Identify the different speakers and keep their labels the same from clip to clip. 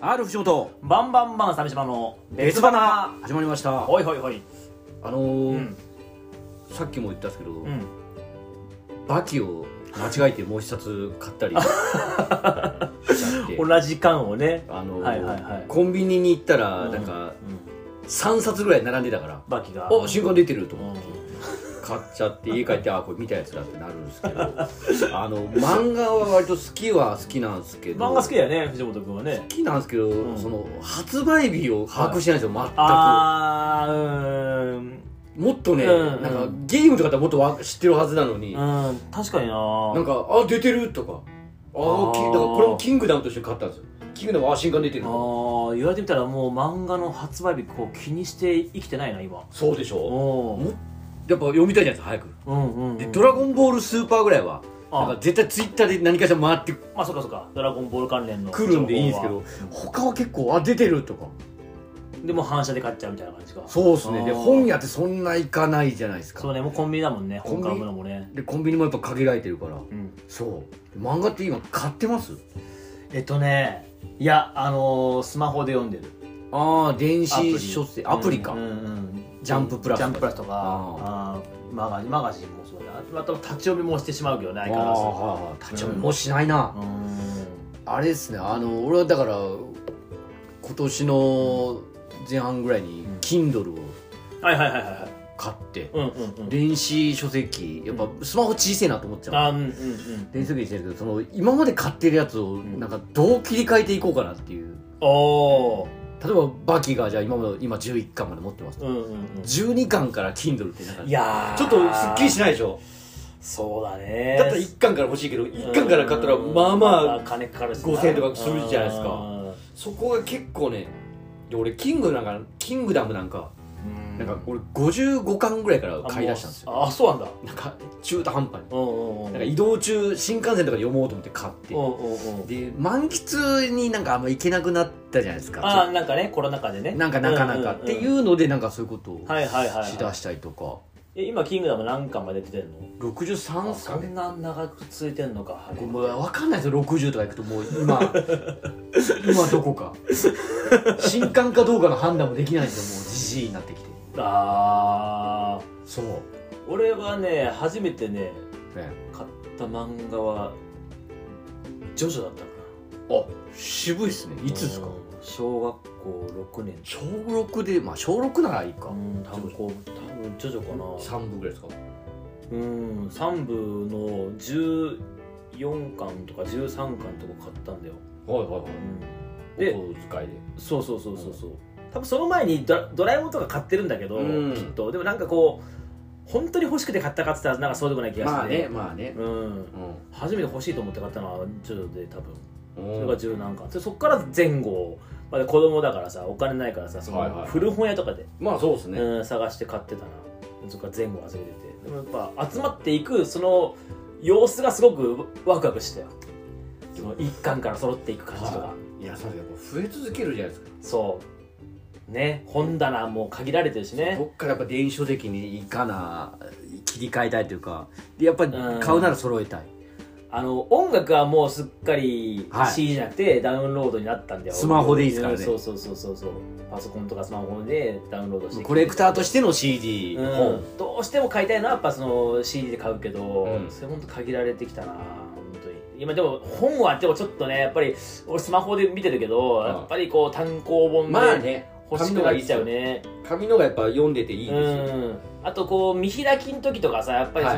Speaker 1: R 藤本
Speaker 2: バンバンバン鮫島の
Speaker 1: 別花始まりました
Speaker 2: ほいほいほい
Speaker 1: あのー
Speaker 2: うん
Speaker 1: さっきも言ったんですけど、
Speaker 2: うん
Speaker 1: バキを間違えてもう一冊買ったりしちゃって
Speaker 2: 同じ缶をね
Speaker 1: あのー
Speaker 2: はいはいはい
Speaker 1: コンビニに行ったらなんか
Speaker 2: うん
Speaker 1: 3冊ぐらい並んでたから、
Speaker 2: バキが
Speaker 1: お新刊出てると
Speaker 2: う
Speaker 1: 思っ
Speaker 2: ん
Speaker 1: て買っちゃって家帰ってあこれ見たやつだってなるんですけど あの漫画は割と好きは好きなんですけど
Speaker 2: 漫画好きだよね藤本君はね
Speaker 1: 好きなんですけど、
Speaker 2: ん
Speaker 1: その発売日を把握してないんですよ、
Speaker 2: あーうーん
Speaker 1: 全くもっとね、
Speaker 2: うん
Speaker 1: なんかゲームとかだったらもっとわ知ってるはずなのに、
Speaker 2: うん確かにな
Speaker 1: なんかあ出てるとかあ
Speaker 2: あー
Speaker 1: きだからこれもキングダムとして買ったんですよキングダムあ新刊出てる
Speaker 2: あー言われてみたらもう漫画の発売日こう気にして生きてないな今
Speaker 1: そうでしょ
Speaker 2: お
Speaker 1: もやっぱ読みたいじゃないですか早く、
Speaker 2: うんうん、うん、
Speaker 1: でドラゴンボールスーパーぐらいは
Speaker 2: あ
Speaker 1: なんか絶対ツイッターで何かしら回って
Speaker 2: まあそっかそっかドラゴンボール関連の
Speaker 1: くるんでいいんですけ
Speaker 2: 情
Speaker 1: ど
Speaker 2: 報は
Speaker 1: 他は結構あ出てるとか
Speaker 2: うんでもう反射で買っちゃうみたいな感じか
Speaker 1: そうですねで
Speaker 2: あー
Speaker 1: 本屋ってそんな行かないじゃないです
Speaker 2: そ
Speaker 1: か
Speaker 2: うねもうコンビニだもんね
Speaker 1: コンビ
Speaker 2: 本
Speaker 1: ニ
Speaker 2: 買うのもね
Speaker 1: でコンビニもやっぱ限られてるから
Speaker 2: うん
Speaker 1: そうで漫画って今買ってます
Speaker 2: えっとねいやあのースマホで読んでる
Speaker 1: ああ電
Speaker 2: アプ
Speaker 1: 子
Speaker 2: リ
Speaker 1: 書籍アプリか、
Speaker 2: うんうんうん
Speaker 1: ジャンププラス
Speaker 2: ジャンププラスとか
Speaker 1: あ
Speaker 2: あーマガジンマガジンもそうだあと立ち読みもしてしまうけどね
Speaker 1: あ
Speaker 2: 相変わらず
Speaker 1: あ立ち読みもしないな、
Speaker 2: う
Speaker 1: あれですねあの俺はだから今年の前半ぐらいに Kindle を
Speaker 2: んはいはいはいはいはい
Speaker 1: 買って、
Speaker 2: うんうんうん
Speaker 1: 電子書籍やっぱスマホ小せえなと思っちゃう、
Speaker 2: あうんうんうん
Speaker 1: 電子書籍にしてるけどその今まで買ってるやつを
Speaker 2: ん
Speaker 1: なんかどう切り替えていこうかなっていう
Speaker 2: おー
Speaker 1: 例えばバキがじゃあ今まで今11巻まで持ってますと、
Speaker 2: うんうんうん
Speaker 1: 12巻から Kindle ってなんか
Speaker 2: いやー
Speaker 1: ちょっとすっきりしないでしょ
Speaker 2: そうだね
Speaker 1: だったら1巻から欲しいけど1巻から買ったらまあまあ
Speaker 2: 金かかるし
Speaker 1: 5000円とかするじゃないですかそこが結構ねで俺キングなんかキングダムなんかなんか俺55巻ぐらいから買い出したんですよ
Speaker 2: あもうあそうなんだ
Speaker 1: なんか中途半端に
Speaker 2: うんうんうん
Speaker 1: なんか移動中新幹線とかで読もうと思って買って
Speaker 2: うんうんうん
Speaker 1: で満喫になんかあんま行けなくなったじゃないです
Speaker 2: あ
Speaker 1: か
Speaker 2: ーなんかねコロナ禍でね
Speaker 1: なんかなかなか
Speaker 2: んんん
Speaker 1: っていうのでなんかそういうことを
Speaker 2: はいはいはいはい
Speaker 1: しだしたりとか
Speaker 2: え今キングダム何巻まで出てんの
Speaker 1: 63
Speaker 2: そ
Speaker 1: 巻
Speaker 2: んな長く続いてんのか
Speaker 1: もう分かんないですよ60とかいくともう今 今どこか新刊かどうかの判断もできないんですよもうじじいになってきて
Speaker 2: ああ
Speaker 1: そう、
Speaker 2: 俺はね初めてね
Speaker 1: ね、
Speaker 2: 買った漫画はジョジョだったか
Speaker 1: あ渋いですね
Speaker 2: ない
Speaker 1: つですか
Speaker 2: うん小学校6年
Speaker 1: 小6でまあ小6ならいいか
Speaker 2: うん多分こう多分ジョジョかな
Speaker 1: 3部ぐらいですか
Speaker 2: うん3部の14巻とか13巻とか買ったんだよ、
Speaker 1: はいはいは
Speaker 2: で
Speaker 1: お小遣いで
Speaker 2: そうそうそうそうそう多分その前にドラドラえもんとか買ってるんだけど、
Speaker 1: うん
Speaker 2: きっとでもなんかこう本当に欲しくて買ったかって言ったらなんかそうでもない気がして、
Speaker 1: まあねまあね
Speaker 2: うん
Speaker 1: う
Speaker 2: 初めて欲しいと思って買ったのはジョジョで多分
Speaker 1: ん
Speaker 2: それが十何巻でそっから前後まだ子供だからさお金ないからさそ
Speaker 1: はいは
Speaker 2: の
Speaker 1: い
Speaker 2: 古本屋とかで、
Speaker 1: まあそうですね
Speaker 2: うん、探して買ってたなそっから前後集めててでもやっぱ集まっていくその様子がすごくワクワクしてたよその一巻から揃っていく感じとか、
Speaker 1: はいいやそうですやっぱ増え続けるじゃないですか
Speaker 2: そうね本棚も限られてるしね
Speaker 1: どっからやっぱ電子書籍にいかな切り替えたいというかでやっぱり
Speaker 2: うん
Speaker 1: 買うなら揃えたい
Speaker 2: あの音楽はもうすっかり
Speaker 1: はい
Speaker 2: CD じゃなくてダウンロードになったんだよ
Speaker 1: スマホでいいですからね
Speaker 2: うんそうそうそうそうそうパソコンとかスマホでダウンロードして
Speaker 1: コレクターと
Speaker 2: して
Speaker 1: しての CD
Speaker 2: う
Speaker 1: 本
Speaker 2: ん、どうしても買いたいのはやっぱその CD で買うけど、
Speaker 1: うん
Speaker 2: それ本当限られてきたな本当に今でも本はでもちょっとねやっぱり俺スマホで見てるけど、
Speaker 1: うん
Speaker 2: やっぱりこう単行本
Speaker 1: まあ
Speaker 2: で
Speaker 1: ね
Speaker 2: 欲しくなっちゃうね、
Speaker 1: 紙のがやっぱ読んでていいですよ
Speaker 2: うんあとこう見開きの時とかさやっぱりそ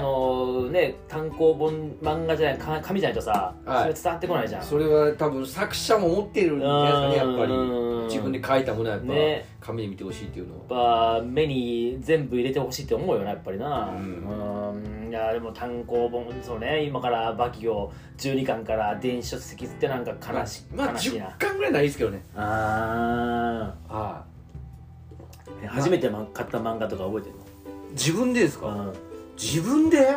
Speaker 2: の、ね単行本漫画じゃないか紙じゃないとさ、
Speaker 1: はい
Speaker 2: それ伝わってこないじゃん
Speaker 1: それは多分作者も持ってるんじゃないですかねやっぱり
Speaker 2: うん
Speaker 1: 自分で書いたものはやっぱ
Speaker 2: ね
Speaker 1: 紙で見てほしいっていうのは
Speaker 2: やっぱ目に全部入れてほしいって思うよなやっぱりな
Speaker 1: う
Speaker 2: うんいやでも単行本そうね今からバキを12巻から電子書籍ってなんか悲し,、
Speaker 1: まあ
Speaker 2: 悲しいな
Speaker 1: 10巻ぐらいないですけどね
Speaker 2: あ
Speaker 1: は
Speaker 2: ー初めてま買った漫画とか覚えてるの
Speaker 1: い自分でです
Speaker 2: う
Speaker 1: か
Speaker 2: ん
Speaker 1: 自分で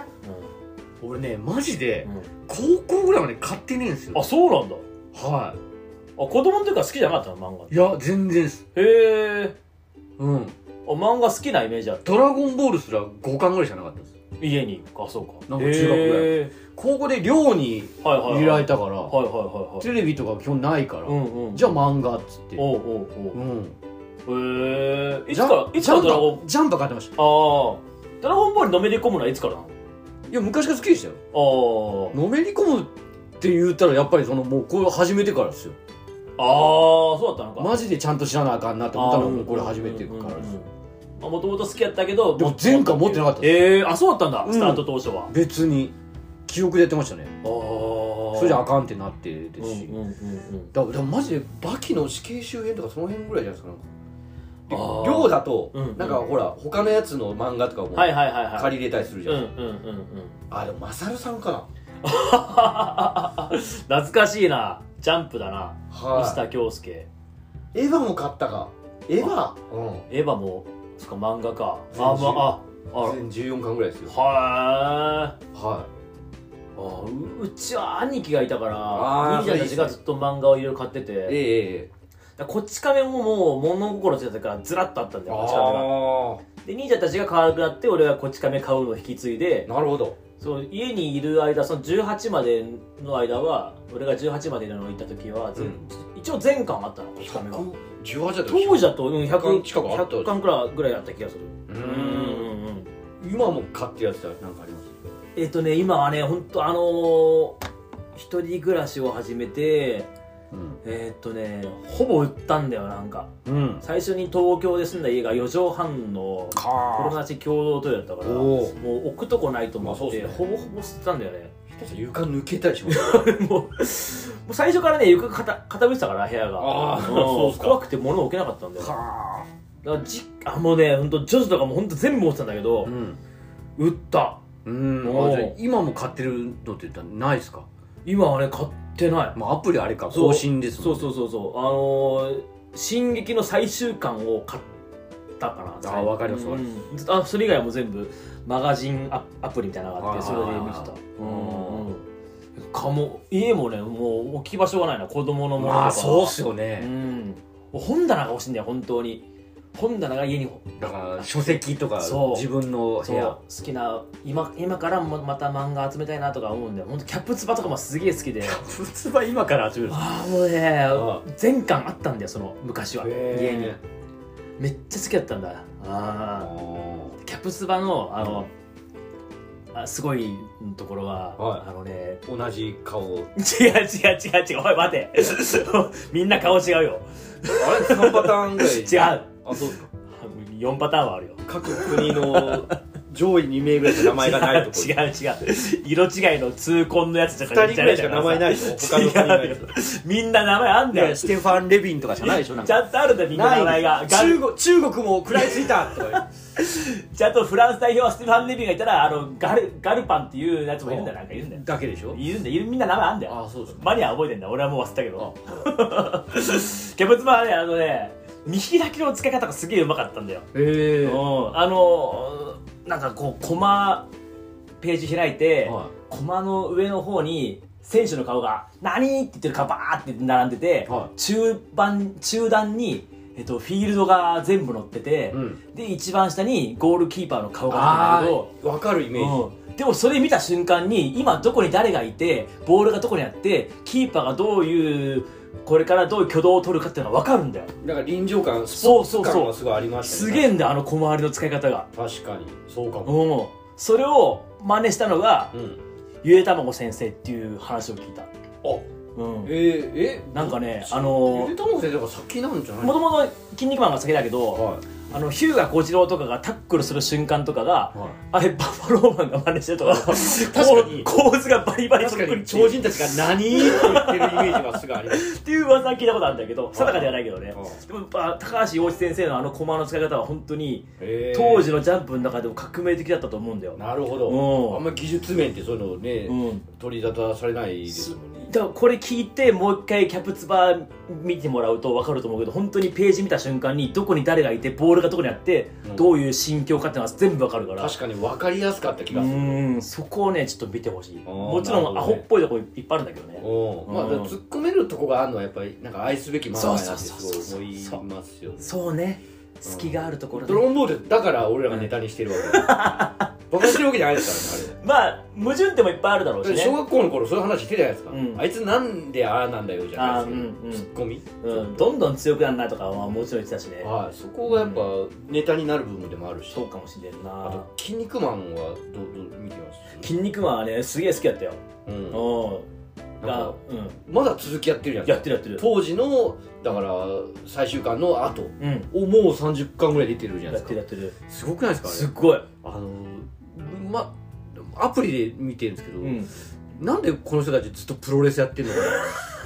Speaker 1: 俺ねマジで
Speaker 2: うん
Speaker 1: 高校ぐらいまで買ってねえんです
Speaker 2: あ
Speaker 1: よ
Speaker 2: そうなんだ
Speaker 1: は
Speaker 2: あ子供の時から好きじゃなかったの漫画
Speaker 1: いいや全然です
Speaker 2: へえ
Speaker 1: うん
Speaker 2: 漫画好きなイメージあった
Speaker 1: ドラゴンボールすら5巻ぐらいしかなかったです
Speaker 2: 家にあそうか
Speaker 1: なんか中学ぐらい
Speaker 2: へー
Speaker 1: 高校で寮に
Speaker 2: はいはいはい
Speaker 1: 入れられたから、
Speaker 2: はいはいはいはい
Speaker 1: テレビとか基本ないから、
Speaker 2: うんうん
Speaker 1: じゃあ漫画っつって
Speaker 2: おうおう
Speaker 1: う
Speaker 2: お
Speaker 1: ん
Speaker 2: うへえ
Speaker 1: ジ
Speaker 2: いつから
Speaker 1: ャン
Speaker 2: いつから
Speaker 1: ジ
Speaker 2: ドラゴ
Speaker 1: ャンパジャンパ買ってました
Speaker 2: ンああドラゴンボールのめり込むのはいつからなの
Speaker 1: いや昔から好きでしたよ
Speaker 2: あ
Speaker 1: のめり込むって言ったらやっぱりそのもうこれ始めてからですよ
Speaker 2: あああそうだったのか
Speaker 1: マジでちゃんと知らなあかんなって思ったのもこれ始めてからです
Speaker 2: もともと好きやったけど
Speaker 1: でも前科持ってなかったで
Speaker 2: ええあそうだったんだ、
Speaker 1: うん
Speaker 2: スタート当初は
Speaker 1: 別に記憶でやってましたね
Speaker 2: ああ
Speaker 1: それじゃあかんってなってですし、
Speaker 2: うんうんうん
Speaker 1: だからマジでバキの死刑囚編とかその辺ぐらいじゃないですかなんかで
Speaker 2: あー
Speaker 1: 量だと、
Speaker 2: うんうん
Speaker 1: なんかほら他のやつの漫画とかも
Speaker 2: うんはいはいはいはい
Speaker 1: 借りれたりするじゃ、
Speaker 2: うんんうんうんうん
Speaker 1: あでもマサルさんかな
Speaker 2: 懐かしいなジャンプだな水
Speaker 1: は
Speaker 2: 田恭介
Speaker 1: いエヴァも買ったかエヴァ、う
Speaker 2: エヴァもそっか漫画かあ
Speaker 1: 全然
Speaker 2: まああ
Speaker 1: ん、全14巻ぐらいですよ
Speaker 2: あはい
Speaker 1: は
Speaker 2: あううちは兄貴がいたか
Speaker 1: あ
Speaker 2: ら
Speaker 1: ー
Speaker 2: 兄貴たちがずっと漫画をいろいろ買って
Speaker 1: い
Speaker 2: て
Speaker 1: ええ
Speaker 2: だからこっち亀ももう物心ついてたからずらっとあったんだよこっち
Speaker 1: あ
Speaker 2: 亀がで兄ちゃんたちが可愛くなって俺はこっち亀買うのを引き継いで
Speaker 1: あなるほど
Speaker 2: そう家にいる間その18までの間は俺が18までの行った時は、ず
Speaker 1: うん
Speaker 2: 一応全巻あったのこっち亀が
Speaker 1: 18だったでしょ
Speaker 2: 当時だとうん100
Speaker 1: 100巻近くあった
Speaker 2: 100巻くらいぐらいだった気がする
Speaker 1: う
Speaker 2: う
Speaker 1: ーん
Speaker 2: んうん
Speaker 1: 今も買ってるやつは何かあります
Speaker 2: えっとね今はね本当あのー一人暮らしを始めて
Speaker 1: うん、
Speaker 2: えっとねほぼ売ったんだよなんか
Speaker 1: うん、
Speaker 2: 最初に東京で住んだ家が4畳半の
Speaker 1: か
Speaker 2: 友達共同トイレだったからも
Speaker 1: おお
Speaker 2: う置くとこないと思
Speaker 1: まあそ
Speaker 2: っ
Speaker 1: う
Speaker 2: て、
Speaker 1: っすね
Speaker 2: ほぼほぼ捨てたんだよね
Speaker 1: 床抜けたりします
Speaker 2: もうもう最初からね床かた傾いてたから部屋が
Speaker 1: あー
Speaker 2: ん
Speaker 1: そうっすか
Speaker 2: 怖くて物置けなかったんだよだか
Speaker 1: はあ
Speaker 2: らじあもうね本当ジョジョとかも本当全部持ってたんだけど、
Speaker 1: ん
Speaker 2: 売った
Speaker 1: うん
Speaker 2: おー
Speaker 1: あじゃあ今も買ってるのって言ったらないですか、
Speaker 2: 今はね買ってない
Speaker 1: まあ、アプリあれか
Speaker 2: そう
Speaker 1: 更新ですも
Speaker 2: そ
Speaker 1: ん
Speaker 2: うそうそうそうあのー「進撃」の最終巻を買ったかな
Speaker 1: あーわかりますわかり
Speaker 2: うんずあそれ以外はもう全部マガジンアアプリみたいなのがあって
Speaker 1: あー
Speaker 2: それで見てた
Speaker 1: う
Speaker 2: うんんかも家もねもう置き場所がないな子供のものとか
Speaker 1: まあそうっすよ
Speaker 2: う
Speaker 1: ね、
Speaker 2: ん本棚が欲しいんだよ本当に本棚が家に
Speaker 1: だから書籍とか
Speaker 2: そう
Speaker 1: 自分の部
Speaker 2: そう
Speaker 1: 屋
Speaker 2: 好きな今今からもまた漫画集めたいなとか思うんだよ本当キャップツバとかもすげえ好きで
Speaker 1: 普通は今から集める
Speaker 2: ああもうね
Speaker 1: あ
Speaker 2: 全巻あったんだよその昔は家に
Speaker 1: に
Speaker 2: めっちゃ好きだったんだあーキャプスバのあの、あすごいところは、
Speaker 1: はい
Speaker 2: あのね
Speaker 1: 同じ顔あ
Speaker 2: 違う違う違う違うおい待て みんな顔違うよ
Speaker 1: れ3パターンぐら い
Speaker 2: 違う
Speaker 1: あそうですか
Speaker 2: 4パターンはあるよ
Speaker 1: 各国の上位2名ぐらいしか名前がないとこ
Speaker 2: 違う違う色違いの痛恨のやつとか
Speaker 1: 2人ぐらいしか名前ないでしょ他の国の
Speaker 2: 違う
Speaker 1: や
Speaker 2: よ
Speaker 1: つ
Speaker 2: みんな名前あん
Speaker 1: い
Speaker 2: だ
Speaker 1: や
Speaker 2: よ
Speaker 1: ステファン・レビンとかしかないでしょなん
Speaker 2: ち
Speaker 1: か
Speaker 2: ゃんとあるんだよみんな名前がガン
Speaker 1: 中国中国も食らいついたとか
Speaker 2: ちゃんとフランス代表はステファン・レビーがいたらあのガルガルパンっていうやつもいるんだよなんかいるんだよ
Speaker 1: だけでしょ
Speaker 2: いるんだよいるみんな名前あんだよ
Speaker 1: あそうです
Speaker 2: マニアは覚えてんだ俺はもう忘れたけどキャベツマンはねあのね見開きの使い方がすげえうまかったんだよ、
Speaker 1: へえ
Speaker 2: うんあのなんかこうコマページ開いて、
Speaker 1: は
Speaker 2: コマの上の方に選手の顔が「何?」って言ってる顔バーって並んでて、
Speaker 1: はい
Speaker 2: 中盤中段に、えっと、フィールドが全部載ってて、
Speaker 1: うん
Speaker 2: で一番下にゴールキーパーの顔が
Speaker 1: あ
Speaker 2: あるんだけど
Speaker 1: あ分かるイメージ
Speaker 2: うん、でもそれ見た瞬間に今どこに誰がいてボールがどこにあってキーパーがどういうこれからどういう挙動を取るかっていうのが分かるんだよ
Speaker 1: だから臨場感ス
Speaker 2: そ
Speaker 1: ポ
Speaker 2: うそ
Speaker 1: ーツ
Speaker 2: うそう
Speaker 1: 感はすごいありました
Speaker 2: すげえんだよあの小回りの使い方が
Speaker 1: 確かにそうかも
Speaker 2: うんそれを真似したのが
Speaker 1: うん
Speaker 2: ゆえたまご先生っていう話を聞いた
Speaker 1: あ
Speaker 2: うん
Speaker 1: えー、え
Speaker 2: なんかね
Speaker 1: そう
Speaker 2: あの
Speaker 1: ゆでたまご先生が先なんじゃない
Speaker 2: もともと「筋肉マン」が先だけど
Speaker 1: は
Speaker 2: あの日向小次郎とかがタックルする瞬間とかが
Speaker 1: い、はい
Speaker 2: あれバファローマンが真似してるとか
Speaker 1: 確かに
Speaker 2: こう構図がバリバリそっ
Speaker 1: 確か
Speaker 2: くり
Speaker 1: に
Speaker 2: っていう
Speaker 1: 超人たちが「何?」って言ってるイメージがすごいあり ます
Speaker 2: っていう噂は聞いたことあるんだけど定かではないけどね
Speaker 1: うん
Speaker 2: でもやっぱ高橋陽一先生のあの駒の使い方は本当に
Speaker 1: えー
Speaker 2: 当時のジャンプの中でも革命的だったと思うんだよ、
Speaker 1: なるほ
Speaker 2: うん
Speaker 1: どあんまり技術面ってそういうのね、
Speaker 2: うん、
Speaker 1: 取り沙汰されないですもんね
Speaker 2: だからこれ聞いてもう一回キャプツバ見てもらうと分かると思うけど本当にページ見た瞬間にどこに誰がいてボールがどこにあって、
Speaker 1: うん
Speaker 2: どういう心境かっていうのが全部分かるから
Speaker 1: 確かに分かりやすかった気
Speaker 2: う
Speaker 1: がする
Speaker 2: んそこをねちょっと見てほしい
Speaker 1: あー
Speaker 2: もち
Speaker 1: なる
Speaker 2: ろ
Speaker 1: ほ
Speaker 2: ん
Speaker 1: ど
Speaker 2: ア
Speaker 1: ね
Speaker 2: ホっぽいとこいっぱいあるんだけどね
Speaker 1: おまあ、
Speaker 2: うん
Speaker 1: 突っ込めるとこがあるのはやっぱりなんか愛すべき漫画やなって
Speaker 2: そうそうそう
Speaker 1: す
Speaker 2: そ
Speaker 1: ご
Speaker 2: う
Speaker 1: い思いますよね
Speaker 2: そうね隙があるところ
Speaker 1: ドラゴンボールだから俺らがネタにしてるわけ、バカしてるわけじゃないですからね
Speaker 2: まあ矛盾点もいっぱいあるだろ
Speaker 1: あ
Speaker 2: う
Speaker 1: れ
Speaker 2: し
Speaker 1: 小
Speaker 2: ね
Speaker 1: 学校の頃そういう話してたじゃないですか、
Speaker 2: うん
Speaker 1: あいつなんでああなんだよじゃないです
Speaker 2: あーうんうん
Speaker 1: けどツッコミ、
Speaker 2: うんどんどん強くなるなとかはもちろん言ってたしね
Speaker 1: はいそこがやっぱネタになる部分でもあるし、
Speaker 2: そうかもしれん
Speaker 1: あ
Speaker 2: な
Speaker 1: と「筋肉マン」はどうどう見てます
Speaker 2: 筋肉マンはねすげえ好きだったよ
Speaker 1: うん、なん
Speaker 2: おうんが
Speaker 1: か
Speaker 2: うん
Speaker 1: まだ続きやってるじゃん
Speaker 2: やってるやってる
Speaker 1: 当時のだから最終巻の後
Speaker 2: うん
Speaker 1: をもう30巻ぐらい出てるじゃ
Speaker 2: や
Speaker 1: ない
Speaker 2: って
Speaker 1: です
Speaker 2: るや
Speaker 1: か
Speaker 2: ってる
Speaker 1: すごくないですかあれ
Speaker 2: すっごい
Speaker 1: あのまアプリで見てるんですけど、
Speaker 2: うん
Speaker 1: なんでこの人たちずっとプロレスやってるの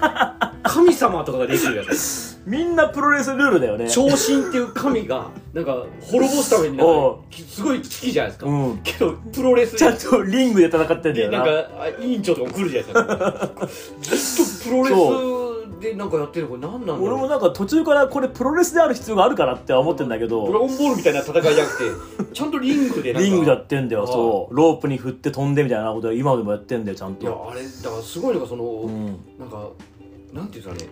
Speaker 1: かな神様とかが出てるやつ
Speaker 2: みんなプロレスルールだ よね
Speaker 1: 長身っていう神がなんか滅ぼすためになん
Speaker 2: お
Speaker 1: か
Speaker 2: う
Speaker 1: きすごい危機じゃないですか、
Speaker 2: うん
Speaker 1: けどプロレス
Speaker 2: ちゃんとリングで戦ってんだ
Speaker 1: で
Speaker 2: よ
Speaker 1: なん
Speaker 2: な
Speaker 1: かあ委員長とかも来るじゃないですかずっとプロレスでなんかやってるのこれ何なんだ
Speaker 2: 俺
Speaker 1: ろ
Speaker 2: も
Speaker 1: う
Speaker 2: なんか途中からこれプロレスである必要があるからって思ってんだけ
Speaker 1: ドラ
Speaker 2: ど
Speaker 1: ゴンボールみたいな戦いじゃなくてちゃんとリングでなんか
Speaker 2: リングだってんだよ
Speaker 1: はい
Speaker 2: そうロープに振って飛んでみたいなことは今でもやってんだよちゃん
Speaker 1: いや
Speaker 2: と
Speaker 1: あれだからすごいのがその、
Speaker 2: うん
Speaker 1: なんかなんていうんですかね、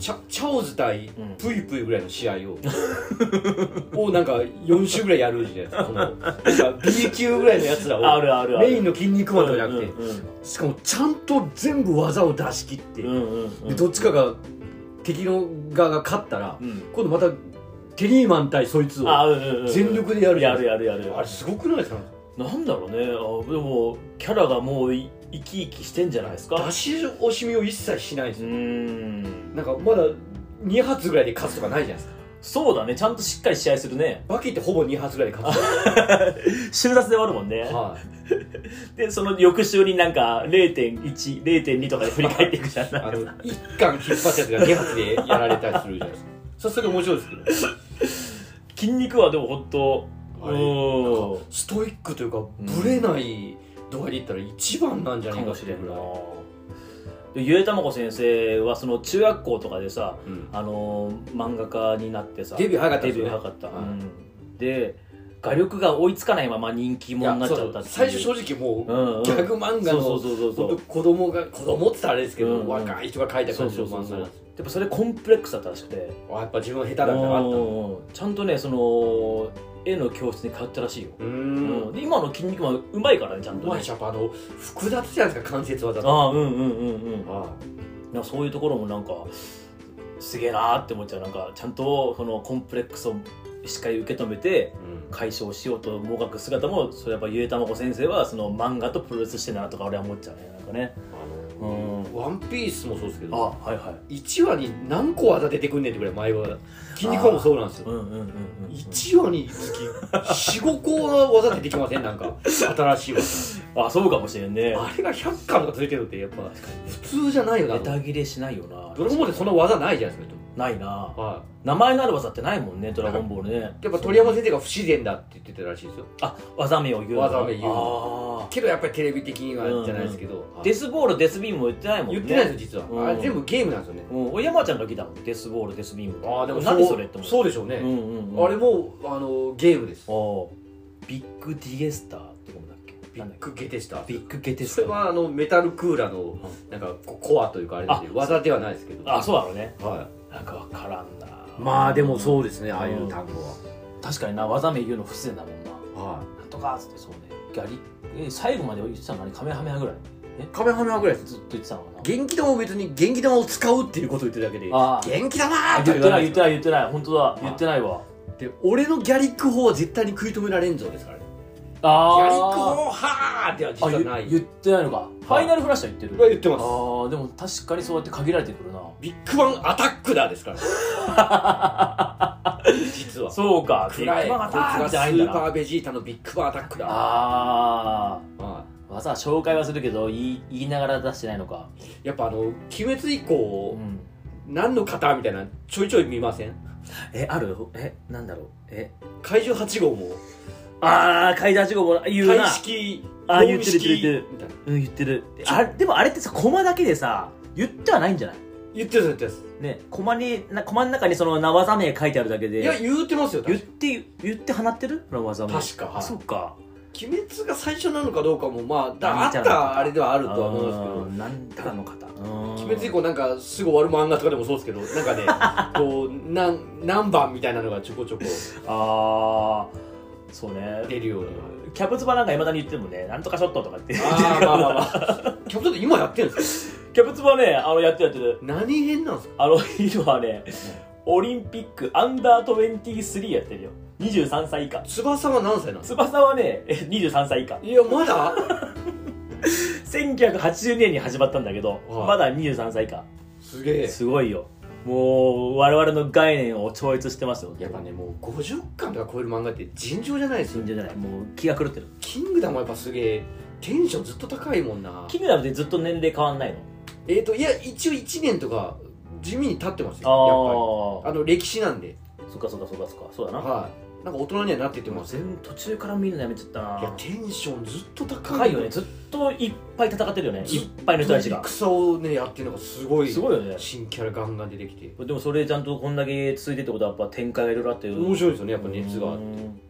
Speaker 1: チャチャオズ対
Speaker 2: ん
Speaker 1: プイプイぐらいの試合を、 をなんか4週ぐらいやるじゃないですかそのなんか B 級ぐらいのやつらを
Speaker 2: あるあるある
Speaker 1: メインの「筋肉マン」とかじゃなくて、
Speaker 2: うん
Speaker 1: しかもちゃんと全部技を出し切って、
Speaker 2: うんうんうん
Speaker 1: でどっちかが敵の側が勝ったら、
Speaker 2: うん
Speaker 1: 今度またテリーマン対そいつを
Speaker 2: あ
Speaker 1: あ
Speaker 2: うんうんうん
Speaker 1: 全力でやる
Speaker 2: やるやるやる
Speaker 1: れすごくないですか
Speaker 2: なんだろうねあでもキャラがもうい生き生きしてんじゃないですか
Speaker 1: 出し惜しみを一切しないんで
Speaker 2: う
Speaker 1: すよ、
Speaker 2: ーん
Speaker 1: なんかまだ2発ぐらいで勝つとかないじゃないですか
Speaker 2: そうだねちゃんとしっかり試合す るね
Speaker 1: バキってほぼ2発ぐらいで勝つ
Speaker 2: 週雑で終わるもんね
Speaker 1: はい
Speaker 2: でその翌週になんか0.10.2とかで振り返っていくじゃん
Speaker 1: あの一巻引っ張ったやつが2発でやられたりするじゃないですかそれそれ面白いですけど
Speaker 2: 筋肉はでも本当
Speaker 1: あれ
Speaker 2: うん
Speaker 1: ストイックというか
Speaker 2: ん
Speaker 1: ブレない度合いで言ったら一番なんじゃな
Speaker 2: か
Speaker 1: いか
Speaker 2: も
Speaker 1: って
Speaker 2: し
Speaker 1: い
Speaker 2: れ
Speaker 1: うんぐ
Speaker 2: な
Speaker 1: らい、
Speaker 2: でゆえたまこ先生はその中学校とかでさ
Speaker 1: うん
Speaker 2: あのー漫画家になってさ
Speaker 1: デビュー早かった
Speaker 2: デ
Speaker 1: です
Speaker 2: ビュ
Speaker 1: よ
Speaker 2: ー
Speaker 1: ね
Speaker 2: 早かった、
Speaker 1: はい
Speaker 2: うんで画力が追いつかないまま人気
Speaker 1: い
Speaker 2: 者
Speaker 1: や
Speaker 2: になっちゃったっていう
Speaker 1: そうそう最初正直もう、
Speaker 2: うんうん
Speaker 1: ギャグ漫画の
Speaker 2: そうそうそうそう
Speaker 1: ほんと子供が子供って言ったらあれですけど、
Speaker 2: うんうん
Speaker 1: 若い人が書いた
Speaker 2: そ
Speaker 1: 感
Speaker 2: う
Speaker 1: じ
Speaker 2: そ
Speaker 1: の
Speaker 2: うそう
Speaker 1: 漫
Speaker 2: そ
Speaker 1: 画
Speaker 2: う
Speaker 1: なん
Speaker 2: やっ
Speaker 1: です
Speaker 2: ぱそれコンプレックスだったらしくて
Speaker 1: あやっぱ自分下手なんだなって
Speaker 2: う
Speaker 1: 思っ
Speaker 2: んうんうんちゃんとねその絵の教室に通ったらしいよ、
Speaker 1: たうー
Speaker 2: うん
Speaker 1: ん
Speaker 2: で今の筋肉マンうまいからねちゃん
Speaker 1: う
Speaker 2: と
Speaker 1: ま
Speaker 2: ね
Speaker 1: いしやっぱあの複雑じゃないですか関節技とか
Speaker 2: ああうんうんうんうん
Speaker 1: あ
Speaker 2: なんかそういうところもなんかすげえなーって思っちゃうなんかちゃんとそのコンプレックスをしっかり受け止めて
Speaker 1: あうん
Speaker 2: 解消しようともがく姿もそれやっぱゆえたまこ先生はその漫画とプロレスしてんだなとか俺は思っちゃうねなんかね
Speaker 1: あのワンピースもそうですけ
Speaker 2: あ
Speaker 1: ど
Speaker 2: はいはい
Speaker 1: 1話に何個技出てくんねんってぐらい前は筋肉マンもそうなんです
Speaker 2: う
Speaker 1: よ
Speaker 2: んうんうんうん
Speaker 1: 1話につき45個は技出てきませんなんか新しい技
Speaker 2: あそうかもしれんね
Speaker 1: あれが100巻とかついてるのってやっぱ普通じゃないよな
Speaker 2: ネタ切れしないよな
Speaker 1: ドラゴンボールでその技ないじゃないですか
Speaker 2: ないな
Speaker 1: は
Speaker 2: 名前のある技ってないもんねドラゴンボールね
Speaker 1: いやっぱ鳥山先生が不自然だって言ってたらしいですよ
Speaker 2: あ技名を言うの
Speaker 1: 技名言う
Speaker 2: あ
Speaker 1: けどやっぱりテレビ的にはじゃないですけど、
Speaker 2: ー
Speaker 1: はい
Speaker 2: デスボールデスビームも言ってないもん
Speaker 1: 言
Speaker 2: ね
Speaker 1: ってないですよ実は、
Speaker 2: うん
Speaker 1: あれ全部ゲームなんですよね
Speaker 2: うん、俺山ちゃんが来たもんデスボールデスビームって
Speaker 1: ああでも
Speaker 2: 何それって思
Speaker 1: そうでしょうね、
Speaker 2: う、うんうんうん、
Speaker 1: あれもあのゲームです
Speaker 2: もビッグディエスターってことだっけ
Speaker 1: ビ
Speaker 2: なん
Speaker 1: ッ
Speaker 2: だっ
Speaker 1: グゲテスター
Speaker 2: けビッグゲテス
Speaker 1: そ
Speaker 2: ター
Speaker 1: れはあのメタルクーラーのなんかこコアというかあれなんで
Speaker 2: あ
Speaker 1: 技ではないですけど
Speaker 2: あそうだろうね
Speaker 1: は
Speaker 2: なんか分からんない
Speaker 1: まあでも
Speaker 2: う
Speaker 1: そうですねああい
Speaker 2: うん
Speaker 1: う単語
Speaker 2: 確かにな技名言うの不自然だもんな
Speaker 1: はは
Speaker 2: なんとかっつってそうねギャリえ最後まで言ってたのにカメハメハぐらい
Speaker 1: いカメハメハぐらいです
Speaker 2: ずっと言ってたのかな
Speaker 1: 元気玉も別に元気玉を使うっていうことを言ってるだけで
Speaker 2: ああ
Speaker 1: 元気玉
Speaker 2: あ
Speaker 1: ーと
Speaker 2: 言
Speaker 1: は
Speaker 2: っ
Speaker 1: 言
Speaker 2: て
Speaker 1: わ
Speaker 2: ない
Speaker 1: ない
Speaker 2: 言ってない言ってない本当だ言ってないわ
Speaker 1: で俺のギャリック法は絶対に食い止められんぞですからねギ
Speaker 2: あ
Speaker 1: ャリック
Speaker 2: ー
Speaker 1: 法はーっては実は
Speaker 2: あ
Speaker 1: ない
Speaker 2: ゆ言ってないのかファイナルフラッシュは言って
Speaker 1: は
Speaker 2: る
Speaker 1: 言って
Speaker 2: あ
Speaker 1: ます
Speaker 2: ーでも確かにそうやって限られてくるな
Speaker 1: ビッグバンアタックだ ですから実は
Speaker 2: そうか
Speaker 1: 暗い
Speaker 2: ビッグ
Speaker 1: こ
Speaker 2: バ
Speaker 1: い
Speaker 2: ン
Speaker 1: つ
Speaker 2: アタック
Speaker 1: がス
Speaker 2: じゃないんだ
Speaker 1: ー
Speaker 2: な
Speaker 1: パーベジータのビッグバンアタックだ
Speaker 2: あ
Speaker 1: は
Speaker 2: あ技は紹介はするけど言い言いながら出してないのか
Speaker 1: いやっぱあの「鬼滅」以降
Speaker 2: ん
Speaker 1: 何の方みたいなちょいちょい見ません
Speaker 2: えあるえなんだろうえ
Speaker 1: 怪獣8号も
Speaker 2: ああ怪談事故も言うな
Speaker 1: 体式
Speaker 2: あ言
Speaker 1: 公
Speaker 2: ってる
Speaker 1: 式
Speaker 2: 言ってる
Speaker 1: みたいな
Speaker 2: うん言ってるあでもあれってさコマだけでさ言ってはないんじゃない
Speaker 1: 言ってる言ってる
Speaker 2: ねコマになコマの中にその名技名書いてあるだけで
Speaker 1: いや言うてますよ
Speaker 2: 言っ
Speaker 1: 確か
Speaker 2: て言って放ってるその技名
Speaker 1: 確かはい
Speaker 2: あそうか
Speaker 1: 鬼滅が最初なのかどうかもまあだあ
Speaker 2: 見
Speaker 1: って
Speaker 2: なかった
Speaker 1: たあれではあ
Speaker 2: あ
Speaker 1: るとは思います
Speaker 2: ーなんとかの方
Speaker 1: けど
Speaker 2: 鬼
Speaker 1: 鬼滅以降なんかすぐ終わる漫画とかでもそうですけど なんかねこうなん何番みたいなのがちょこちょこ
Speaker 2: ああそうね
Speaker 1: 出るよう には
Speaker 2: キャプツバなんかいまだに言ってるもんねなんとかショットとかって
Speaker 1: ああまあまあまあキャプテンって今やってるんですか
Speaker 2: キャプツバねあのやってるやってる
Speaker 1: 何編なんですか
Speaker 2: あの今はね オリンピックアンダー23やってるよ23歳以下
Speaker 1: 翼は何歳なんですか
Speaker 2: 翼はねえ23歳以下
Speaker 1: いやまだ
Speaker 2: 1980年に始まったんだけど、
Speaker 1: はい
Speaker 2: まだ23歳以下
Speaker 1: すげえ
Speaker 2: すごいよもう我々の概念を超越してますよ
Speaker 1: やっぱねもう50巻とか超える漫画って尋常じゃないですよ
Speaker 2: 信じられないもう気が狂ってる
Speaker 1: キングダムはやっぱすげえテンションずっと高いもんな
Speaker 2: キングダムってずっと年齢変わんないの
Speaker 1: えっ、といや一応1年とか地味に経ってますよやっ
Speaker 2: あ
Speaker 1: ぱりあの歴史なんで
Speaker 2: あそっかそっかそっかそっかそうだな、
Speaker 1: はいなんか大人にはなってって
Speaker 2: でも
Speaker 1: ますい
Speaker 2: 全途中から見るのやめちゃったな
Speaker 1: やテンションずっと高い
Speaker 2: 高いよねずっといっぱい戦ってるよねいっぱいの人たちが
Speaker 1: 戦をねやってるのがすごい
Speaker 2: すごいよね
Speaker 1: 新キャラガンガン出てきて
Speaker 2: でもそれちゃんとこんだけ続いてってことはやっぱ展開がいろいろあって
Speaker 1: 面白いですよねやっぱ熱が
Speaker 2: うん
Speaker 1: うん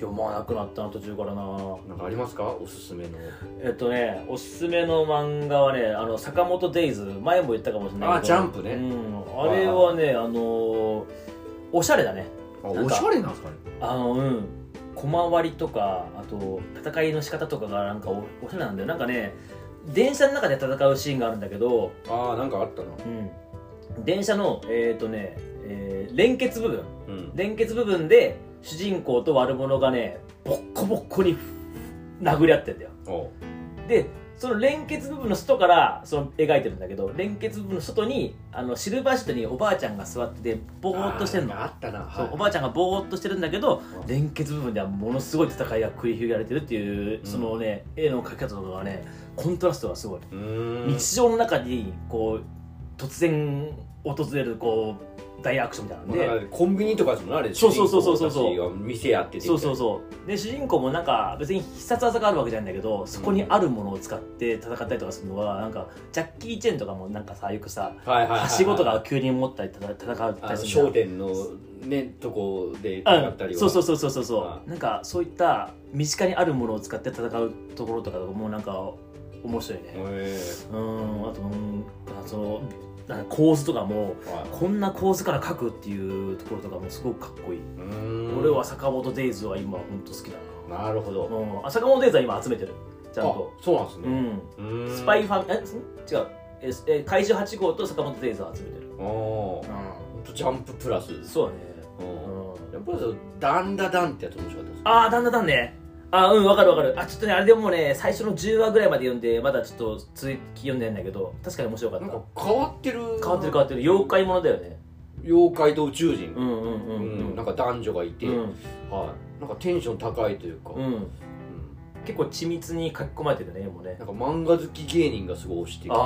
Speaker 2: 読まなくなったな途中からな
Speaker 1: なんかありますかおすすめの
Speaker 2: えっとねおすすめの漫画はねあの坂本デイズ前も言ったかもしれない
Speaker 1: あジャンプね
Speaker 2: うん、あれはねあのーおしゃれだね
Speaker 1: あ
Speaker 2: なんか
Speaker 1: れなんですかね
Speaker 2: あのうん小回りとかあと戦いの仕方とかがなんかおおしゃれなんだよなんかね電車の中で戦うシーンがあるんだけど、
Speaker 1: ああなんかあったな
Speaker 2: うん、電車のえっ、とね、えー連結部分
Speaker 1: うん
Speaker 2: 連結部分で主人公と悪者がねボッコボッコに殴り合ってんだよ
Speaker 1: おう
Speaker 2: でその連結部分の外からその描いてるんだけど連結部分の外にあのシルバーシートにおばあちゃんが座っててぼーっとしてんの
Speaker 1: あーあったな
Speaker 2: そうお
Speaker 1: は
Speaker 2: ばあちゃんがぼーっとしてるんだけど
Speaker 1: うん
Speaker 2: 連結部分ではものすごい戦いが繰り広げられてるっていう
Speaker 1: うん
Speaker 2: そのね、絵の描き方とかがねコントラストがすごい、
Speaker 1: いうーん
Speaker 2: 日常の中にこう突然訪れるこう大アクションみたいなの
Speaker 1: もうなん
Speaker 2: で
Speaker 1: かコンビニとかですもんねあれ
Speaker 2: そうそうそうそうそうそう
Speaker 1: 主人公たちが店やってて
Speaker 2: そうそうそうで主人公もなんか別に必殺技があるわけじゃないんだけどそこにあるものを使って戦ったりとかするのはなんかジャッキー・チェンとかもなんかさよくさ
Speaker 1: はいはいはいはい
Speaker 2: はしごとかを急に持ったり戦戦う
Speaker 1: あ
Speaker 2: た
Speaker 1: の
Speaker 2: りする
Speaker 1: 商
Speaker 2: じ
Speaker 1: 店のねとこで
Speaker 2: ゃん
Speaker 1: やった
Speaker 2: う
Speaker 1: り
Speaker 2: ん、
Speaker 1: は
Speaker 2: そうそうそうそうそう
Speaker 1: あ
Speaker 2: そうなんかそういった身近にあるものを使って戦うところとかもなんか面白いね
Speaker 1: へ
Speaker 2: うんあとうんそのなんか構図とかも
Speaker 1: ーはい
Speaker 2: こんな構図から描くっていうところとかもすごくかっこいい、
Speaker 1: うーん
Speaker 2: 俺は坂本デイズは今本当好きだな
Speaker 1: なるほど
Speaker 2: うん、あ坂本デイズは今集めてるちゃんと、
Speaker 1: あそうなんです
Speaker 2: う
Speaker 1: ね
Speaker 2: ん、
Speaker 1: うーん
Speaker 2: スパイファミえす違うえすえ怪獣8号と坂本デイズは集めてる、
Speaker 1: おーほんとジャンププラス
Speaker 2: そうだね、
Speaker 1: うん
Speaker 2: うん、
Speaker 1: やっぱりそのダンダダンってやつ面白かったです
Speaker 2: ああだんだんだんねあーうんわかるわかるあちょっとねあれでもね最初の10話ぐらいまで読んでまだちょっと続き読んでないんだけど確かに面白かった
Speaker 1: なんか
Speaker 2: 変
Speaker 1: 変わってる
Speaker 2: わってる変わってる妖怪ものだよね
Speaker 1: 妖怪と宇宙人
Speaker 2: う、んうんう
Speaker 1: うん
Speaker 2: んうん
Speaker 1: なんか男女がいて、
Speaker 2: うん
Speaker 1: はい、なんかテンション高いというか、
Speaker 2: う
Speaker 1: うん
Speaker 2: ん、結構緻密に書き込まれてるねもうね
Speaker 1: なんか漫画好き芸人がすごい推してる
Speaker 2: あ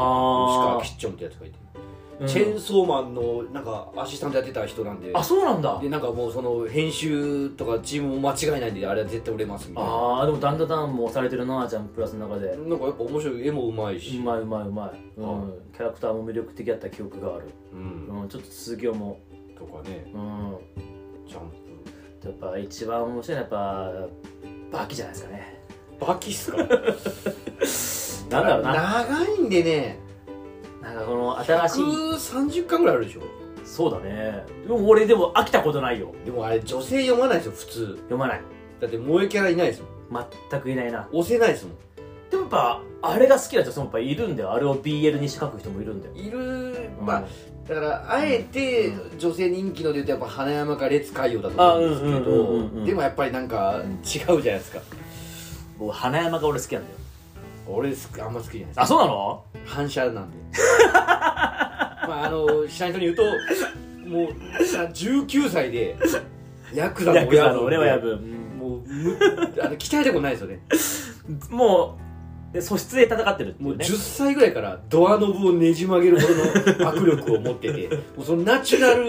Speaker 1: 吉
Speaker 2: ー
Speaker 1: 川吉兆ってやつがいて、
Speaker 2: うん
Speaker 1: チェーンソーマンのなんかアシスタントやってた人なんで
Speaker 2: あそうなんだ
Speaker 1: でなんかもうその編集とかチームも間違いないんであれは絶対売れますみたいな
Speaker 2: ああでもだんだんだんも押されてるなジャンププラスの中で
Speaker 1: なんかやっぱ面白い絵もうまいうし、
Speaker 2: まいうまいうまい、う
Speaker 1: は
Speaker 2: ん、キャラクターも魅力的だった記憶がある、
Speaker 1: うん
Speaker 2: うん、ちょっと続きをも
Speaker 1: とかね
Speaker 2: う、うん、
Speaker 1: ジャン
Speaker 2: やっぱ一番面白いのはやっぱバキじゃないですかね
Speaker 1: プバキっすか
Speaker 2: なんだろうな
Speaker 1: 長いんでね
Speaker 2: なんかこの新しい
Speaker 1: 130巻ぐらいあるでしょ
Speaker 2: そうだねでも俺でも飽きたことないよ
Speaker 1: でもあれ女性読まないですよ普通
Speaker 2: 読まない
Speaker 1: だって萌えキャラいないですもん
Speaker 2: 全くいないな
Speaker 1: 押せないですもん
Speaker 2: でもやっぱあれが好きな人もやっぱいるんだよあれを BL にして書く人もいるんだよ、
Speaker 1: いる
Speaker 2: うん
Speaker 1: まあだからあえて女性人気のでいうとやっぱ花山か烈海王だと
Speaker 2: あ
Speaker 1: 思うんですけ
Speaker 2: うんうんうんうんうん
Speaker 1: どでもやっぱりなんか違うじゃないですか
Speaker 2: 僕花山が俺好きなんだよ
Speaker 1: 俺すあんま好きじゃないで
Speaker 2: あ
Speaker 1: す
Speaker 2: そうなの
Speaker 1: 反射なん でまああの下の人に言うともう19歳でヤクザ
Speaker 2: ヤ
Speaker 1: の
Speaker 2: ク
Speaker 1: 親
Speaker 2: ザ
Speaker 1: 分
Speaker 2: の
Speaker 1: で
Speaker 2: 俺はやぶ
Speaker 1: もうむあ の鍛えたことないですよね
Speaker 2: もうで素質で戦ってるってい
Speaker 1: もう
Speaker 2: うね
Speaker 1: 10歳ぐらいからドアノブをねじ曲げるほどの握力を持っててもうそのナチュラル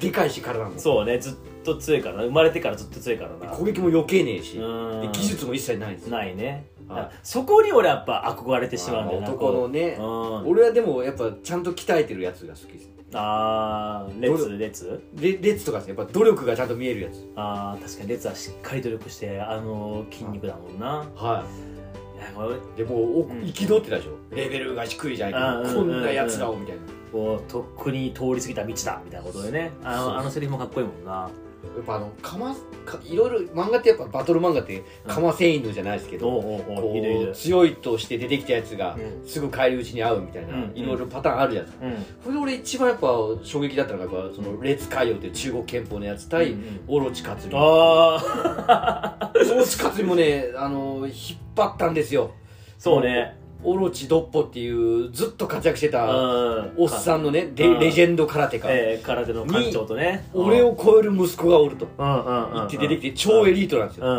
Speaker 1: でかいし体も
Speaker 2: そうねずっと強いからな生まれてからずっと強いからな
Speaker 1: 攻撃も避けねえし
Speaker 2: う
Speaker 1: で
Speaker 2: ーん
Speaker 1: 技術も一切ないんですよ
Speaker 2: ないね、
Speaker 1: は
Speaker 2: そこに俺やっぱ憧れてしまうんだよ
Speaker 1: あ
Speaker 2: な
Speaker 1: の男のね
Speaker 2: こううん
Speaker 1: 俺はでもやっぱちゃんと鍛えてるやつが好きです
Speaker 2: あー列列
Speaker 1: レレッツとかですねやっぱ努力がちゃんと見えるやつ
Speaker 2: あー確かに列はしっかり努力してあの筋肉だもんな、
Speaker 1: はい
Speaker 2: やこれ
Speaker 1: でもうお
Speaker 2: うん
Speaker 1: 憤ってたでしょ、レベルが低いじゃないか、
Speaker 2: うんうん
Speaker 1: こんなやつらをみたいな、
Speaker 2: 俺こうとっくに通り過ぎた道だみたいなことでねあ
Speaker 1: そう
Speaker 2: のあのセリフもかっこいいもんな
Speaker 1: やっぱあのかまかいろいろ漫画ってやっぱバトル漫画ってかませ犬じゃないですけど、
Speaker 2: おうおうお
Speaker 1: こ
Speaker 2: ういるいうる
Speaker 1: 強いとして出てきたやつが
Speaker 2: うん
Speaker 1: すぐ返り討ちに合うみたいな、
Speaker 2: うん
Speaker 1: いろいろパターンあるじゃないですか、
Speaker 2: うん
Speaker 1: これで俺一番やっぱ衝撃だったのがやっぱその列海洋っていう中国憲法のやつ対、
Speaker 2: うんうん
Speaker 1: オロチカツミ
Speaker 2: ああ
Speaker 1: オロチカツミもねあの引っ張ったんですよ
Speaker 2: そうね
Speaker 1: オロチドッポっていうずっと活躍して
Speaker 2: う
Speaker 1: た
Speaker 2: ん
Speaker 1: おっさんのね
Speaker 2: う
Speaker 1: レ
Speaker 2: ん
Speaker 1: レジェンド空手家、
Speaker 2: えー空手の館長とね
Speaker 1: 俺を超える息子がおると
Speaker 2: うんうんうん
Speaker 1: 言っ
Speaker 2: うん
Speaker 1: て出てきて超エリートなんです
Speaker 2: う
Speaker 1: よ
Speaker 2: んうん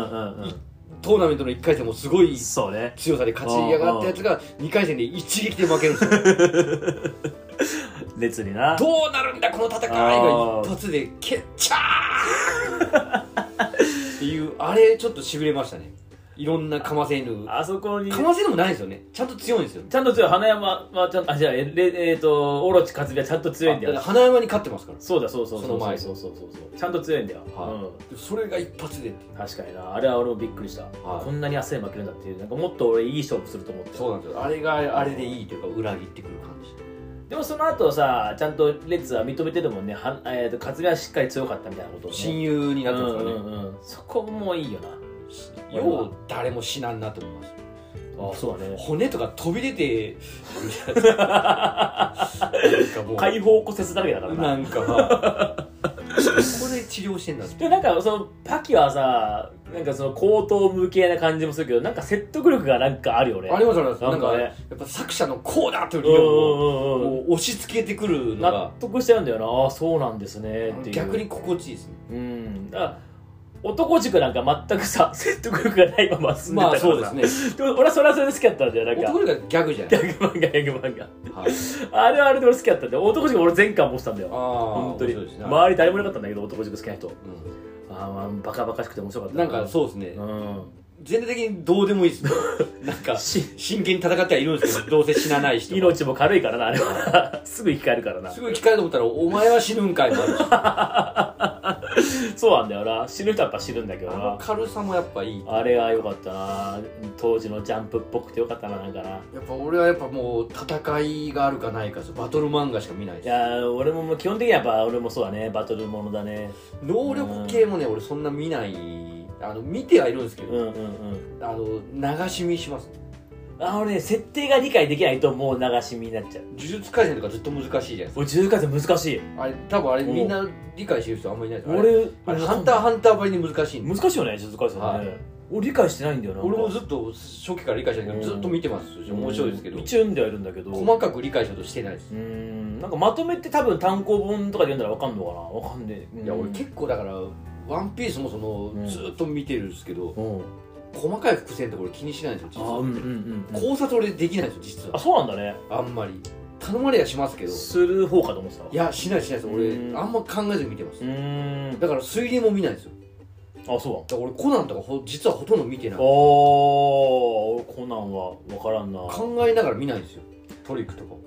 Speaker 2: う
Speaker 1: トーナメントの1回戦もすごい
Speaker 2: んそうね
Speaker 1: 強さで勝ち上がったやつが2回戦で一撃で負けるんですよ
Speaker 2: 列に な
Speaker 1: どうなるんだこの戦いが一発でケッチャー っていうあれちょっとしびれましたねいろんなかませ犬か
Speaker 2: あそこに
Speaker 1: ませ犬もないんですよねちゃんと強いんですよ
Speaker 2: ちゃんと強い花山はちゃんとあじゃあえれえー、とオロチ勝美はちゃんと強いんだ
Speaker 1: あだ
Speaker 2: よ
Speaker 1: から花山に勝ってますから
Speaker 2: そうだそうそう
Speaker 1: その前
Speaker 2: そうそうそうそうちゃんと強いんだよ、
Speaker 1: はそれが一発でって
Speaker 2: うん、確かになあれは俺もびっくりした、
Speaker 1: はい
Speaker 2: こんなに汗負けるんだっていうなんかもっと俺いい勝負すると思って
Speaker 1: そうなんですよあれがあれでいいというか裏切ってくる感じ
Speaker 2: でもその後さちゃんと列は認めてるもんねは、えー、と勝美はしっかり強かったみたいなことを、ね、
Speaker 1: 親友になってますからね、
Speaker 2: うんうんうん、そこもいいよな
Speaker 1: よう誰も死なんなと思います
Speaker 2: あそうだね
Speaker 1: 骨とか飛び出て なんかもう
Speaker 2: 解放骨折だらけだからな
Speaker 1: なんかまあそこで治療してんだって
Speaker 2: でなんかそのパキはさなんかその口頭無形な感じもするけどなんか説得力がなんかあるよね
Speaker 1: ありがとうございます
Speaker 2: な
Speaker 1: なんん
Speaker 2: か
Speaker 1: か
Speaker 2: ね
Speaker 1: やっぱ作者のこうだという
Speaker 2: うん
Speaker 1: 理論を
Speaker 2: うんうんうん
Speaker 1: こう押し付けてくるの
Speaker 2: 納
Speaker 1: が
Speaker 2: 得しちゃうんだよなああそうなんですねっていう
Speaker 1: 逆に心地いいですね
Speaker 2: うんだから男塾なんか全くさ 説得力がないまま進んでた
Speaker 1: ま
Speaker 2: か
Speaker 1: あ
Speaker 2: ら
Speaker 1: そうです
Speaker 2: ね
Speaker 1: ね
Speaker 2: 俺はそれはそれで好きだったんだよなんか
Speaker 1: 男がギャグじゃな
Speaker 2: ギ
Speaker 1: い、
Speaker 2: ャグ漫画ギャグ漫画
Speaker 1: はい、
Speaker 2: あれはあれで俺好きだったんだよ男塾俺全巻持ってたんだ
Speaker 1: ああ
Speaker 2: よ本当に
Speaker 1: 面白いですね
Speaker 2: 周り誰もいなかったんだけど男塾好きな人ああまあバカバカしくて面白かっ
Speaker 1: う
Speaker 2: た
Speaker 1: んなんかそうですね
Speaker 2: うん
Speaker 1: 全体的にどうでもいいです ねなんか
Speaker 2: し
Speaker 1: 真剣に戦ってはいるんですけどどうせ死なない 人
Speaker 2: 命も軽いからなあれはすぐ生き返るからな
Speaker 1: すごい聞かれると思ったら「お前は死ぬんかい」 もあるし
Speaker 2: そうなんだよな死ぬ人はやっぱ死ぬんだけど
Speaker 1: あの
Speaker 2: な
Speaker 1: 軽さもやっぱいい
Speaker 2: あれが良かったな当時のジャンプっぽくて良かったななんかな
Speaker 1: やっぱ俺はやっぱもう戦いがあるかないかですバトル漫画しか見ないで
Speaker 2: い
Speaker 1: す
Speaker 2: やー俺ももう基本的にはやっぱ俺もそうだねバトルものだね
Speaker 1: 能力系もね俺そんな見ないあの見てはいるんですけ
Speaker 2: うん
Speaker 1: ど、
Speaker 2: うんうん
Speaker 1: あの流し見します
Speaker 2: あのね設定が理解できないともう流し見になっちゃう
Speaker 1: 呪術廻戦とかずっと難しいじゃないです
Speaker 2: 俺重回戦難しい
Speaker 1: かあれ多分あれ
Speaker 2: うん
Speaker 1: みんな理解してる人あんまりいないですあれ
Speaker 2: 俺
Speaker 1: あれハンターハンターばりに難しいんで
Speaker 2: 難しいよね呪術回戦ね、
Speaker 1: はい
Speaker 2: 俺理解してないんだよな
Speaker 1: 俺もず
Speaker 2: っ
Speaker 1: っと初期から理解してないけど
Speaker 2: う
Speaker 1: ず
Speaker 2: ん
Speaker 1: っと見てます面白いですけど
Speaker 2: 一応読んではいるんだけど
Speaker 1: 細かく理解しようとしてないです
Speaker 2: うーんなんかまとめて多分単行本とかで読んだらわかんのかなわかんねえ
Speaker 1: いや俺結構だから「ワンピースもその、
Speaker 2: うん
Speaker 1: ずっと見てるんですけど
Speaker 2: 構
Speaker 1: 細かい伏線ってこれ気にしないんです
Speaker 2: あ
Speaker 1: よ実
Speaker 2: ー
Speaker 1: は
Speaker 2: うんうんうんうん
Speaker 1: 考察俺できないんですよ実
Speaker 2: あ
Speaker 1: は
Speaker 2: そうなんだね
Speaker 1: あんまり頼まれやしますけどい
Speaker 2: する方かと思ってたわ
Speaker 1: やしないしないです
Speaker 2: うん
Speaker 1: 俺あんま考えずに見てま
Speaker 2: う
Speaker 1: す
Speaker 2: ーん
Speaker 1: だから推理も見ないんですよ
Speaker 2: あそう
Speaker 1: だか
Speaker 2: だ
Speaker 1: ら俺コナンとかほ実はほとんど見てない
Speaker 2: おーコナンは分からんな
Speaker 1: 考えながら見ないんですよトリックとかを
Speaker 2: へ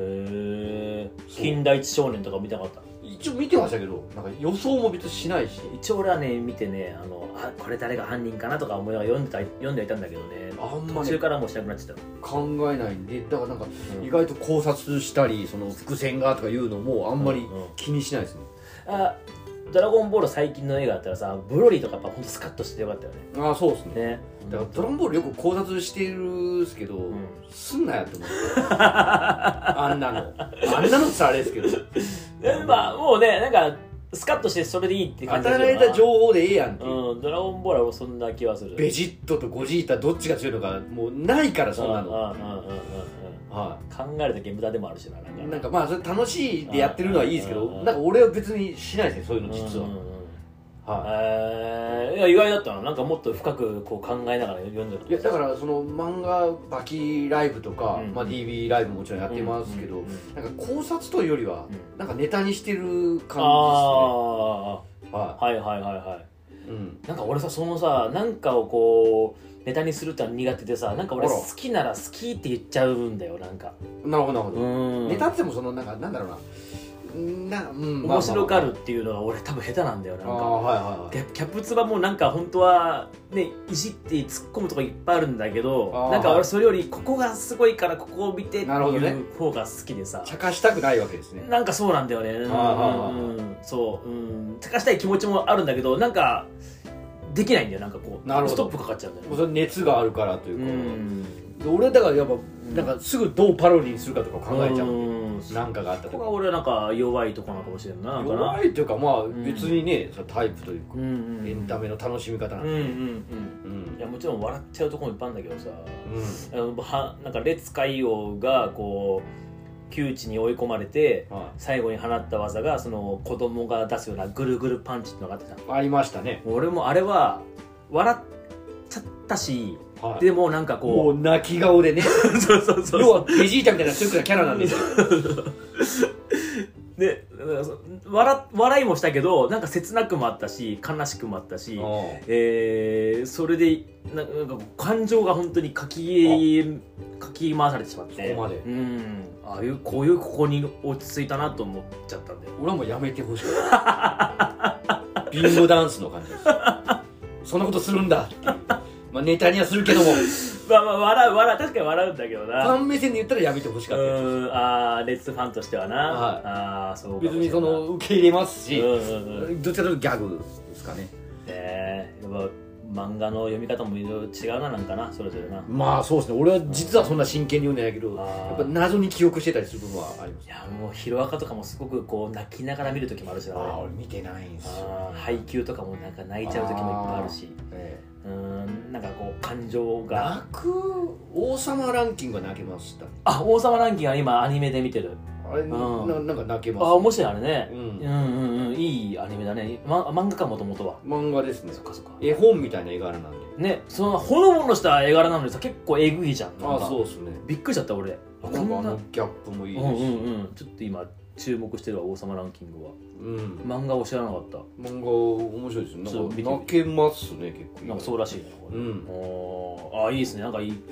Speaker 2: え
Speaker 1: そう
Speaker 2: 金田一少年とか見たかった
Speaker 1: 一応見てましたけどなんか予想も別にしないし
Speaker 2: 一応俺はね見てねあのあこれ誰が犯人かなとか思いながら読んでた読んではいたんだけどね
Speaker 1: あんま
Speaker 2: 途中
Speaker 1: ね
Speaker 2: からもうしなくなっちゃった
Speaker 1: 考えないんでだからなんか
Speaker 2: うん
Speaker 1: 意外と考察したりその伏線がとかいうのもあんまり
Speaker 2: うんうん
Speaker 1: 気にしないですね
Speaker 2: あドラゴンボール最近の映画だったらさブロリーとかやっぱほんとスカッとしてよかったよね
Speaker 1: ああそうですね
Speaker 2: ね
Speaker 1: だからドラゴンボールよく考察してるんですけど、
Speaker 2: うん
Speaker 1: すんなよって思ってあんなのあんなのってあれですけど
Speaker 2: えまあもうねなんかスカッとしてそれでいいって感じ
Speaker 1: 与えられた情報でええやんっていう、
Speaker 2: うんドラゴンボールは俺そんな気はする
Speaker 1: ベジットとゴジータどっちが強いのかもうないからそんなの、
Speaker 2: うんうんうんうんうんうん
Speaker 1: は
Speaker 2: 考えるだけ無駄でもあるしななんか
Speaker 1: い、なんかまあそれ楽しいでやってるのはいいですけど、
Speaker 2: うん
Speaker 1: なんか俺は別にしないですねそういうの実は、
Speaker 2: うんうんうん
Speaker 1: は
Speaker 2: えーいや意外だったななんかもっと深くこう考えながら読んでる
Speaker 1: い、いやだからその漫画バキライブとか、
Speaker 2: うん
Speaker 1: まあ、DB ライブももちろんやってますけど、
Speaker 2: うんうんうん
Speaker 1: なんか考察というよりは、
Speaker 2: うん
Speaker 1: なんかネタにしてる感じですね
Speaker 2: ああ
Speaker 1: は
Speaker 2: はいはいはいはい
Speaker 1: い、うん、
Speaker 2: なんか俺さそのさなんかをこうネタにするってのは苦手でさなんか俺
Speaker 1: あら
Speaker 2: 好きなら好きって言っちゃうんだよなんか
Speaker 1: なるほどなるほど、
Speaker 2: うん
Speaker 1: ネタってもそのなんかなんだろうなな、うん、
Speaker 2: 面白が
Speaker 1: る
Speaker 2: るっていうのが俺多分下手なんだよな
Speaker 1: あ
Speaker 2: んか
Speaker 1: あはいはい
Speaker 2: キ
Speaker 1: はい
Speaker 2: ャキャプツバもなんか本当はねいじって突っ込むとかいっぱいあるんだけ
Speaker 1: あ
Speaker 2: ど
Speaker 1: ー
Speaker 2: なんか俺それよりここがすごいからここを見てって
Speaker 1: なるほど
Speaker 2: い
Speaker 1: ね
Speaker 2: う方が好きでさ
Speaker 1: 茶化したくないわけですね
Speaker 2: なんかそうなんだよねうん
Speaker 1: あー
Speaker 2: うんうんそううんちゃかしたい気持ちもあるんだけどなんかできないんだよなんかこう
Speaker 1: なるほど
Speaker 2: ストップかかっちゃうんだよ
Speaker 1: もう
Speaker 2: ね
Speaker 1: それ熱があるからといううか、
Speaker 2: ん
Speaker 1: で俺だからやっぱ、なんかすぐどうパロディにするかとか考えちゃう、
Speaker 2: うんそ
Speaker 1: なんかがあった
Speaker 2: ことが
Speaker 1: か
Speaker 2: 俺なんか弱いとこなのかもしれんななんかな
Speaker 1: 弱いというかまあ
Speaker 2: ん
Speaker 1: 別にね、そのタイプというか、
Speaker 2: うんうんうん
Speaker 1: エンタメの楽しみ方な
Speaker 2: うんんう
Speaker 1: で、
Speaker 2: んうん
Speaker 1: うん
Speaker 2: いやもちろん笑っちゃうとこもいっぱいあるんだけどさ
Speaker 1: うん
Speaker 2: あのはなんか列海王がこう窮地に追い込まれて
Speaker 1: は
Speaker 2: 最後に放った技がその子供が出すようなぐるぐるパンチってのがあったじゃん
Speaker 1: い、ありましたね、
Speaker 2: 俺もあれは笑っちゃったし
Speaker 1: はい、
Speaker 2: でもなんか
Speaker 1: も
Speaker 2: こ
Speaker 1: う泣き顔で ね
Speaker 2: う そうそうそう
Speaker 1: 要はベジータみたいな強くなキャラなんですよ
Speaker 2: で笑笑いもしたけどなんか切なくもあったし悲しくもあったしえーそれでななんか感情が本当にかきかき回されてしまって
Speaker 1: そこまで
Speaker 2: うんああいうこういうここに落ち着いたなと思っちゃったんだよ
Speaker 1: 俺はもうやめてほしい ビンゴダンスの感じですそんなことするんだっていうまあネタにはするけどもフ
Speaker 2: まあまあ笑う笑う確かに笑うんだけど
Speaker 1: ァ
Speaker 2: な
Speaker 1: ン目線で言ったらやめてほし
Speaker 2: う
Speaker 1: かったです
Speaker 2: んあーレッツファンとしてはな、
Speaker 1: はい
Speaker 2: ああそうかも
Speaker 1: 別
Speaker 2: しれない
Speaker 1: にその受け入れますし、
Speaker 2: うんうんうんね
Speaker 1: どちらかというとギャグですかね
Speaker 2: えやっぱ漫画の読み方もいろいろ違うななんかなそれぞれな
Speaker 1: まあそうですね俺は実はそんな真剣に読んでないけど
Speaker 2: あー
Speaker 1: やっぱ謎に記憶してたりする部分はありま
Speaker 2: い
Speaker 1: す
Speaker 2: やもうヒロアカとかもすごくこう泣きながら見る時もあるしな
Speaker 1: ああ
Speaker 2: 俺
Speaker 1: 俺見てないんですよ、
Speaker 2: あー配給とかもなんか泣いちゃう時もいっぱいあるし
Speaker 1: え
Speaker 2: うーんなんかこう感情
Speaker 1: え
Speaker 2: が
Speaker 1: 泣く王様ランキングは泣けました
Speaker 2: あ王様ランキングは今アニメで見てる
Speaker 1: あれ、
Speaker 2: ん
Speaker 1: ななんか泣けます
Speaker 2: あ面白いあれね、
Speaker 1: う
Speaker 2: うんん、うんうんいいアニメだね、ま、漫画かもともとは
Speaker 1: 漫画ですね
Speaker 2: そっかそっか
Speaker 1: 絵本みたいな絵柄なんで
Speaker 2: ねそのほのぼのした絵柄なのにさ結構えぐいじゃん
Speaker 1: ああそう
Speaker 2: う
Speaker 1: ですね
Speaker 2: びっくりしちゃった俺あ
Speaker 1: な
Speaker 2: こ
Speaker 1: んかあ
Speaker 2: んな
Speaker 1: のギャップもいいで
Speaker 2: うんうんうんちょっと今注目してるわ王様ランキングは
Speaker 1: すしうん
Speaker 2: 漫画を知らなかった
Speaker 1: 漫画面白いですね
Speaker 2: そう
Speaker 1: なん
Speaker 2: 見て
Speaker 1: か泣けますね結構
Speaker 2: なんかそうらしいねこれ
Speaker 1: うん
Speaker 2: おーあいいですねなんかいい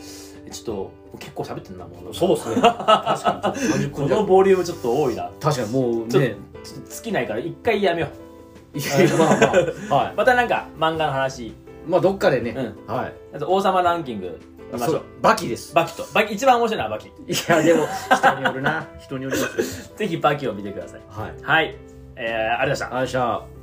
Speaker 2: えちょっと結構喋ってんなもう
Speaker 1: そうですね 確かに30
Speaker 2: こ
Speaker 1: 分じゃ
Speaker 2: のボリュームちょっと多いな
Speaker 1: 確かにもう
Speaker 2: ちょっとちょっと尽きないから一回やめよ
Speaker 1: いや まあまあは
Speaker 2: うまたなんか漫画の話
Speaker 1: いまあどっかでね
Speaker 2: うん
Speaker 1: はい
Speaker 2: あと王様ランキング見ましょ
Speaker 1: そう
Speaker 2: う
Speaker 1: バキです
Speaker 2: バキとバキ一番面白いのはバ キ
Speaker 1: いやでも人によるな人によります
Speaker 2: ぜひバキを見てください
Speaker 1: はい
Speaker 2: はい、えー、ありがとうございました
Speaker 1: あいしゃ